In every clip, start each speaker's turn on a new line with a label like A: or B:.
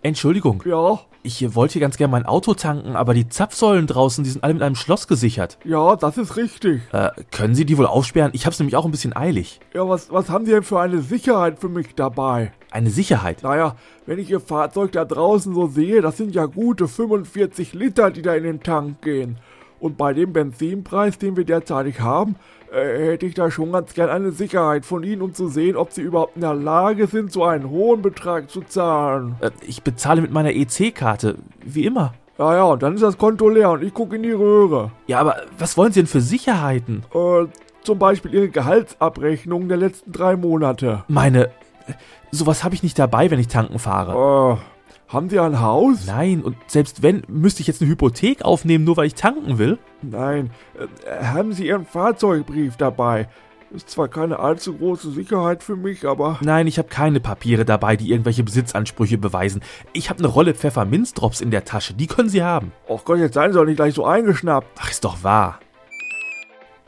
A: Entschuldigung,
B: Ja,
A: ich wollte hier ganz gerne mein Auto tanken, aber die Zapfsäulen draußen, die sind alle mit einem Schloss gesichert.
B: ja, das ist richtig.
A: Äh, können Sie die wohl aufsperren? Ich hab's nämlich auch ein bisschen eilig.
B: Ja, was, was haben Sie denn für eine Sicherheit für mich dabei?
A: Eine Sicherheit.
B: Naja, wenn ich Ihr Fahrzeug da draußen so sehe, das sind ja gute 45 Liter, die da in den Tank gehen. Und bei dem Benzinpreis, den wir derzeitig haben, äh, hätte ich da schon ganz gern eine Sicherheit von Ihnen, um zu sehen, ob Sie überhaupt in der Lage sind, so einen hohen Betrag zu zahlen.
A: Äh, ich bezahle mit meiner EC-Karte, wie immer.
B: Naja, und dann ist das Konto leer und ich gucke in die Röhre.
A: Ja, aber was wollen Sie denn für Sicherheiten?
B: Äh, zum Beispiel Ihre Gehaltsabrechnung der letzten drei Monate.
A: Meine, äh, sowas habe ich nicht dabei, wenn ich tanken fahre.
B: Äh, haben Sie ein Haus?
A: Nein, und selbst wenn, müsste ich jetzt eine Hypothek aufnehmen, nur weil ich tanken will?
B: Nein, äh, haben Sie Ihren Fahrzeugbrief dabei? Ist zwar keine allzu große Sicherheit für mich, aber
A: Nein, ich habe keine Papiere dabei, die irgendwelche Besitzansprüche beweisen. Ich habe eine Rolle Pfefferminzdrops in der Tasche, die können Sie haben.
B: auch Gott, jetzt seien Sie doch nicht gleich so eingeschnappt.
A: Ach, ist doch wahr.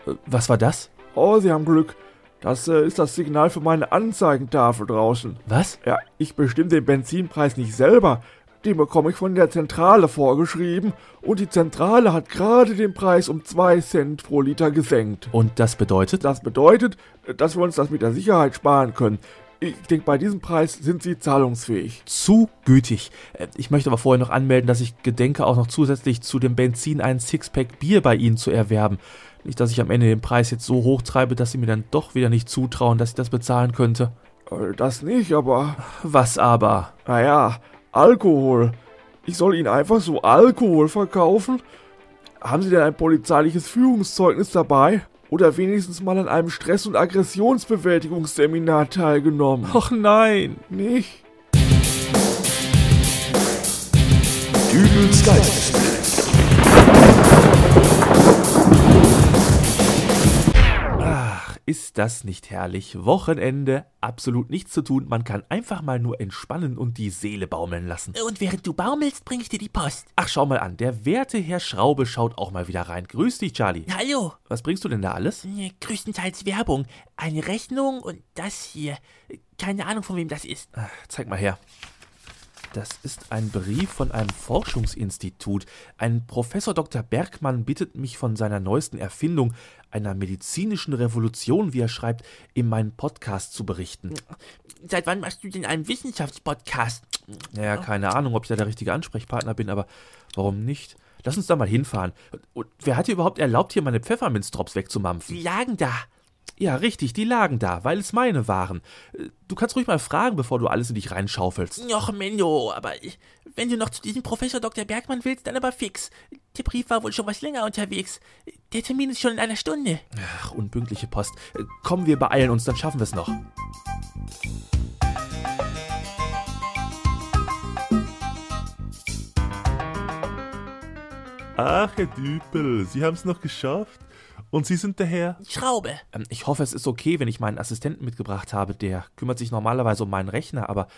A: Äh, Was war das?
B: Oh, Sie haben Glück. Das äh, ist das Signal für meine Anzeigentafel draußen.
A: Was?
B: Ja, ich bestimme den Benzinpreis nicht selber. Den bekomme ich von der Zentrale vorgeschrieben und die Zentrale hat gerade den Preis um 2 Cent pro Liter gesenkt.
A: Und das bedeutet?
B: Das bedeutet, dass wir uns das mit der Sicherheit sparen können. Ich denke, bei diesem Preis sind Sie zahlungsfähig.
A: Zu gütig. Äh, Ich möchte aber vorher noch anmelden, dass ich gedenke, auch noch zusätzlich zu dem Benzin ein Sixpack Bier bei Ihnen zu erwerben. Nicht, dass ich am Ende den Preis jetzt so hoch treibe, dass Sie mir dann doch wieder nicht zutrauen, dass ich das bezahlen könnte.
B: Äh, Das nicht, aber
A: Was aber?
B: Naja, Alkohol. Ich soll Ihnen einfach so Alkohol verkaufen? Haben Sie denn ein polizeiliches Führungszeugnis dabei? Oder wenigstens mal an einem Stress- und Aggressionsbewältigungsseminar teilgenommen?
A: Och nein.
B: Nicht?
C: Dübels Geistesblitz.
A: Ist das nicht herrlich? Wochenende, absolut nichts zu tun, man kann einfach mal nur entspannen und die Seele baumeln lassen. Und während du baumelst, bringe ich dir die Post. Ach, schau mal an, der werte Herr Schraube schaut auch mal wieder rein. Grüß dich, Charlie.
D: Hallo,
A: Was bringst du denn da alles?
D: äh, größtenteils Werbung. Eine Rechnung und das hier. Keine Ahnung, von wem das ist.
A: Zeig mal her. Das ist ein Brief von einem Forschungsinstitut. Ein Professor Dr. Bergmann bittet mich von seiner neuesten Erfindung, einer medizinischen Revolution, wie er schreibt, in meinen Podcast zu berichten.
D: Seit wann machst du denn einen Wissenschaftspodcast?
A: Naja, keine Ahnung, ob ich da der richtige Ansprechpartner bin, aber warum nicht? Lass uns da mal hinfahren. Und wer hat dir überhaupt erlaubt, hier meine Pfefferminzdrops
D: Die
A: wegzumampfen?
D: lagen da.
A: Ja, richtig, die lagen da, weil es meine waren. Äh, Du kannst ruhig mal fragen, bevor du alles in dich reinschaufelst.
D: Noch Menno, aber ich- wenn du noch zu diesem Professor Dr. Bergmann willst, dann aber fix. Der Brief war wohl schon was länger unterwegs. Der Termin ist schon in einer Stunde.
A: Ach, unpünktliche Post. Äh, Komm, wir beeilen uns, dann schaffen wir es noch. Ähm,
E: Ach, Herr Düpel, Sie haben es noch geschafft. Und Sie sind der Herr.
D: Schraube.
A: Ähm, Ich hoffe, es ist okay, wenn ich meinen Assistenten mitgebracht habe. Der kümmert sich normalerweise um meinen Rechner, aber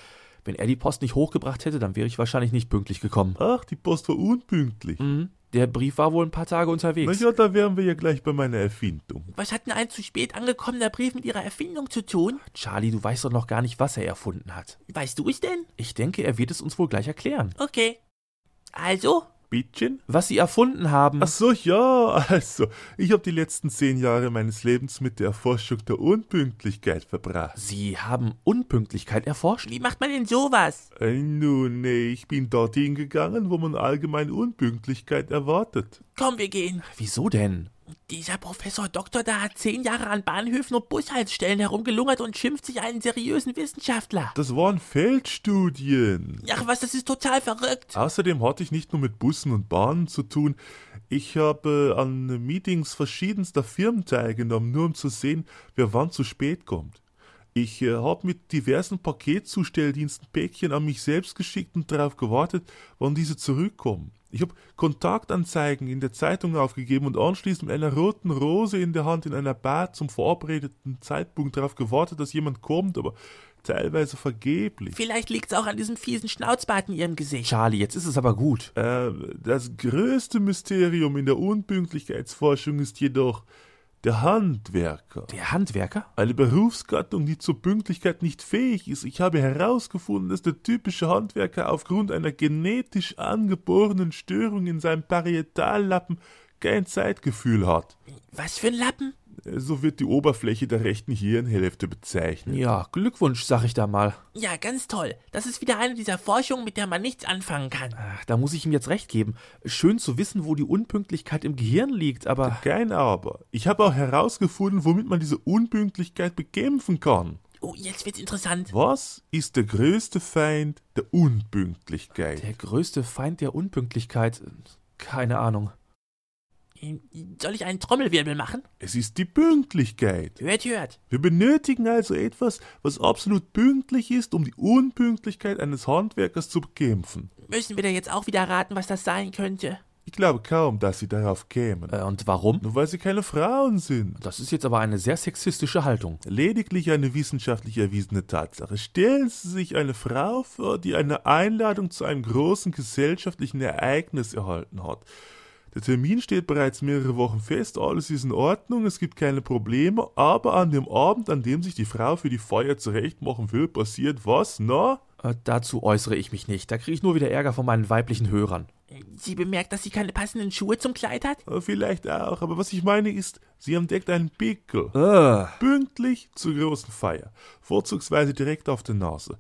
A: wenn er die Post nicht hochgebracht hätte, dann wäre ich wahrscheinlich nicht pünktlich gekommen.
E: Ach, die Post war unpünktlich.
A: Mhm. Der Brief war wohl ein paar Tage
E: Na
A: unterwegs.
E: ja, da wären wir ja gleich bei meiner Erfindung.
D: Was hat denn ein zu spät angekommener Brief mit ihrer Erfindung zu tun?
A: Charlie, du weißt doch noch gar nicht, was er erfunden hat.
D: Weißt du es denn?
A: Ich denke, er wird es uns wohl gleich erklären.
D: Okay. Also,
E: Bittchen?
A: Was sie erfunden haben.
E: Ach so, ja, also, ich habe die letzten zehn Jahre meines Lebens mit der Erforschung der Unpünktlichkeit verbracht.
A: Sie haben Unpünktlichkeit erforscht.
D: wie macht man denn sowas?
E: Äh, nun, nee, ich bin dorthin gegangen, wo man allgemein Unpünktlichkeit erwartet.
D: Komm, wir gehen.
A: Wieso denn?
D: Dieser Professor Doktor da hat zehn Jahre an Bahnhöfen und Bushaltestellen herumgelungert und schimpft sich einen seriösen Wissenschaftler.
E: Das waren Feldstudien.
D: Ach was, das ist total verrückt.
E: Außerdem hatte ich nicht nur mit Bussen und Bahnen zu tun. Ich habe äh, an Meetings verschiedenster Firmen teilgenommen, nur um zu sehen, wer wann zu spät kommt. Ich äh, habe mit diversen Paketzustelldiensten Päckchen an mich selbst geschickt und darauf gewartet, wann diese zurückkommen. Ich habe Kontaktanzeigen in der Zeitung aufgegeben und anschließend mit einer roten Rose in der Hand in einer Bar zum verabredeten Zeitpunkt darauf gewartet, dass jemand kommt, aber teilweise vergeblich.
D: Vielleicht liegt's auch an diesem fiesen Schnauzbart in ihrem Gesicht.
A: Charlie, jetzt ist es aber gut.
E: Äh, das größte Mysterium in der Unpünktlichkeitsforschung ist jedoch, Der Handwerker.
A: Der Handwerker?
E: Eine Berufsgattung, die zur Pünktlichkeit nicht fähig ist. Ich habe herausgefunden, dass der typische Handwerker aufgrund einer genetisch angeborenen Störung in seinem Parietallappen kein Zeitgefühl hat.
D: Was für ein Lappen?
E: So wird die Oberfläche der rechten Hirnhälfte bezeichnet.
A: Ja, Glückwunsch, sag ich da mal.
D: Ja, ganz toll. Das ist wieder eine dieser Forschungen, mit der man nichts anfangen kann.
A: Ach, da muss ich ihm jetzt recht geben. Schön zu wissen, wo die Unpünktlichkeit im Gehirn liegt, aber.
E: Kein Aber. Ich habe auch herausgefunden, womit man diese Unpünktlichkeit bekämpfen kann.
D: Oh, jetzt wird's interessant.
E: Was ist der größte Feind der Unpünktlichkeit?
A: Der größte Feind der Unpünktlichkeit. Keine Ahnung.
D: Soll ich einen Trommelwirbel machen?
E: Es ist die Pünktlichkeit.
D: Hört, hört.
E: Wir benötigen also etwas, was absolut pünktlich ist, um die Unpünktlichkeit eines Handwerkers zu bekämpfen.
D: Müssen wir da jetzt auch wieder raten, was das sein könnte?
E: Ich glaube kaum, dass sie darauf kämen.
A: Äh, und warum?
E: Nur weil sie keine Frauen sind.
A: Das ist jetzt aber eine sehr sexistische Haltung.
E: Lediglich eine wissenschaftlich erwiesene Tatsache. Stellen Sie sich eine Frau vor, die eine Einladung zu einem großen gesellschaftlichen Ereignis erhalten hat. Der Termin steht bereits mehrere Wochen fest, alles ist in Ordnung, es gibt keine Probleme, aber an dem Abend, an dem sich die Frau für die Feier zurechtmachen will, passiert was, na?
A: Äh, dazu äußere ich mich nicht, da kriege ich nur wieder Ärger von meinen weiblichen Hörern.
D: Sie bemerkt, dass sie keine passenden Schuhe zum Kleid hat?
E: Äh, Vielleicht auch, aber was ich meine ist, sie entdeckt einen Pickel.
A: Äh,
E: Pünktlich zur großen Feier, vorzugsweise direkt auf der Nase.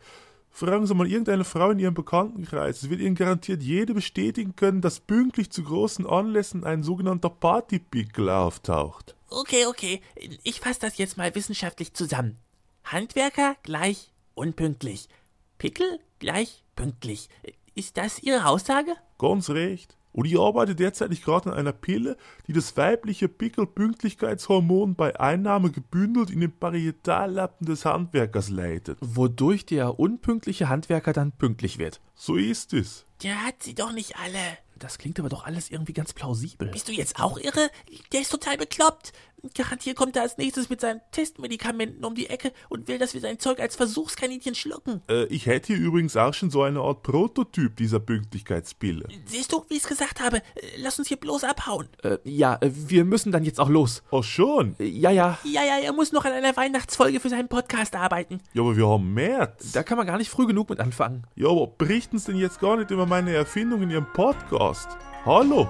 E: Fragen Sie mal irgendeine Frau in Ihrem Bekanntenkreis. Es wird Ihnen garantiert jede bestätigen können, dass pünktlich zu großen Anlässen ein sogenannter Partypickel auftaucht.
D: Okay, okay. Ich fasse das jetzt mal wissenschaftlich zusammen. Handwerker gleich unpünktlich. Pickel gleich pünktlich. Ist das Ihre Aussage?
E: Ganz recht. Und ich arbeite derzeit nicht gerade an einer Pille, die das weibliche Pickel-Pünktlichkeitshormon bei Einnahme gebündelt in den Parietallappen des Handwerkers leitet.
A: wodurch der unpünktliche Handwerker dann pünktlich wird.
E: So ist es.
D: Der hat sie doch nicht alle.
A: Das klingt aber doch alles irgendwie ganz plausibel.
D: Bist du jetzt auch irre? Der ist total bekloppt. Garantiert kommt er als nächstes mit seinen Testmedikamenten um die Ecke und will, dass wir sein Zeug als Versuchskaninchen schlucken.
E: Äh, ich hätte hier übrigens auch schon so eine Art Prototyp dieser Pünktlichkeitspille.
D: Siehst du, wie ich es gesagt habe? Äh, Lass uns hier bloß abhauen.
A: Äh, ja, äh, wir müssen dann jetzt auch los.
E: Oh schon?
A: Äh, ja, ja,
D: Ja, ja, er muss noch an einer Weihnachtsfolge für seinen Podcast arbeiten.
E: Ja, aber wir haben März.
A: da kann man gar nicht früh genug mit anfangen.
E: Ja, aber berichten Sie denn jetzt gar nicht über meine Erfindung in Ihrem Podcast? Hallo?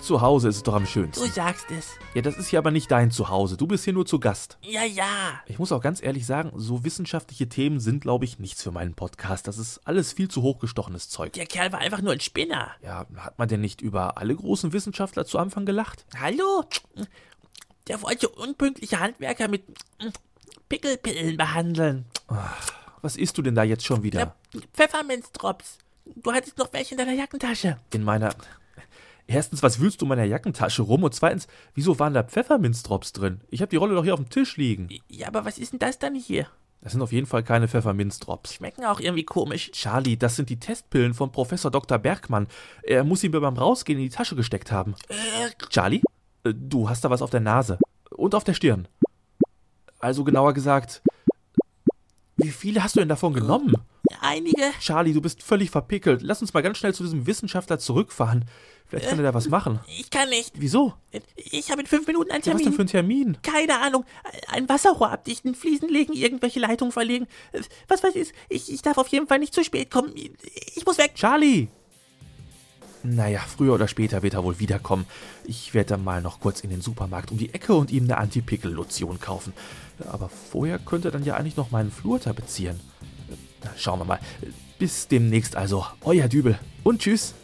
A: Zu Hause ist es doch am schönsten.
D: Du sagst es.
A: Ja, das ist ja aber nicht dein Zuhause. Du bist hier nur zu Gast.
D: Ja, ja.
A: Ich muss auch ganz ehrlich sagen, so wissenschaftliche Themen sind, glaube ich, nichts für meinen Podcast. Das ist alles viel zu hochgestochenes Zeug.
D: Der Kerl war einfach nur ein Spinner.
A: Ja, hat man denn nicht über alle großen Wissenschaftler zu Anfang gelacht?
D: Hallo? Der wollte unpünktliche Handwerker mit Pickelpillen behandeln.
A: Was isst du denn da jetzt schon wieder?
D: Ja. Pfefferminzdrops. Du hattest noch welche in deiner Jackentasche.
A: In meiner. Erstens, was wühlst du in meiner Jackentasche rum? Und zweitens, wieso waren da Pfefferminzdrops drin? Ich habe die Rolle doch hier auf dem Tisch liegen.
D: Ja, aber was ist denn das dann hier?
A: Das sind auf jeden Fall keine Pfefferminzdrops.
D: Schmecken auch irgendwie komisch.
A: Charlie, das sind die Testpillen von Professor Dr. Bergmann. Er muss sie mir beim Rausgehen in die Tasche gesteckt haben.
D: Äh,
A: Charlie? Äh, Du hast da was auf der Nase. Und auf der Stirn. Also genauer gesagt. Wie viele hast du denn davon genommen?
D: einige.
A: Charlie, du bist völlig verpickelt. Lass uns mal ganz schnell zu diesem Wissenschaftler zurückfahren. Vielleicht kann er da was machen.
D: Ich kann nicht.
A: Wieso?
D: Ich habe in fünf Minuten einen
A: Ja, was
D: Termin.
A: denn für ein Termin?
D: Keine Ahnung. Ein Wasserrohr abdichten, Fliesen legen, irgendwelche Leitungen verlegen. Was weiß ich. Ich, ich darf auf jeden Fall nicht zu spät kommen. Ich muss weg.
A: Charlie! Naja, früher oder später wird er wohl wiederkommen. Ich werde dann mal noch kurz in den Supermarkt um die Ecke und ihm eine Anti-Pickel-Lotion kaufen. Aber vorher könnte er dann ja eigentlich noch meinen Flur tapezieren. Na, schauen wir mal. Bis demnächst also. Euer Dübel. Und tschüss.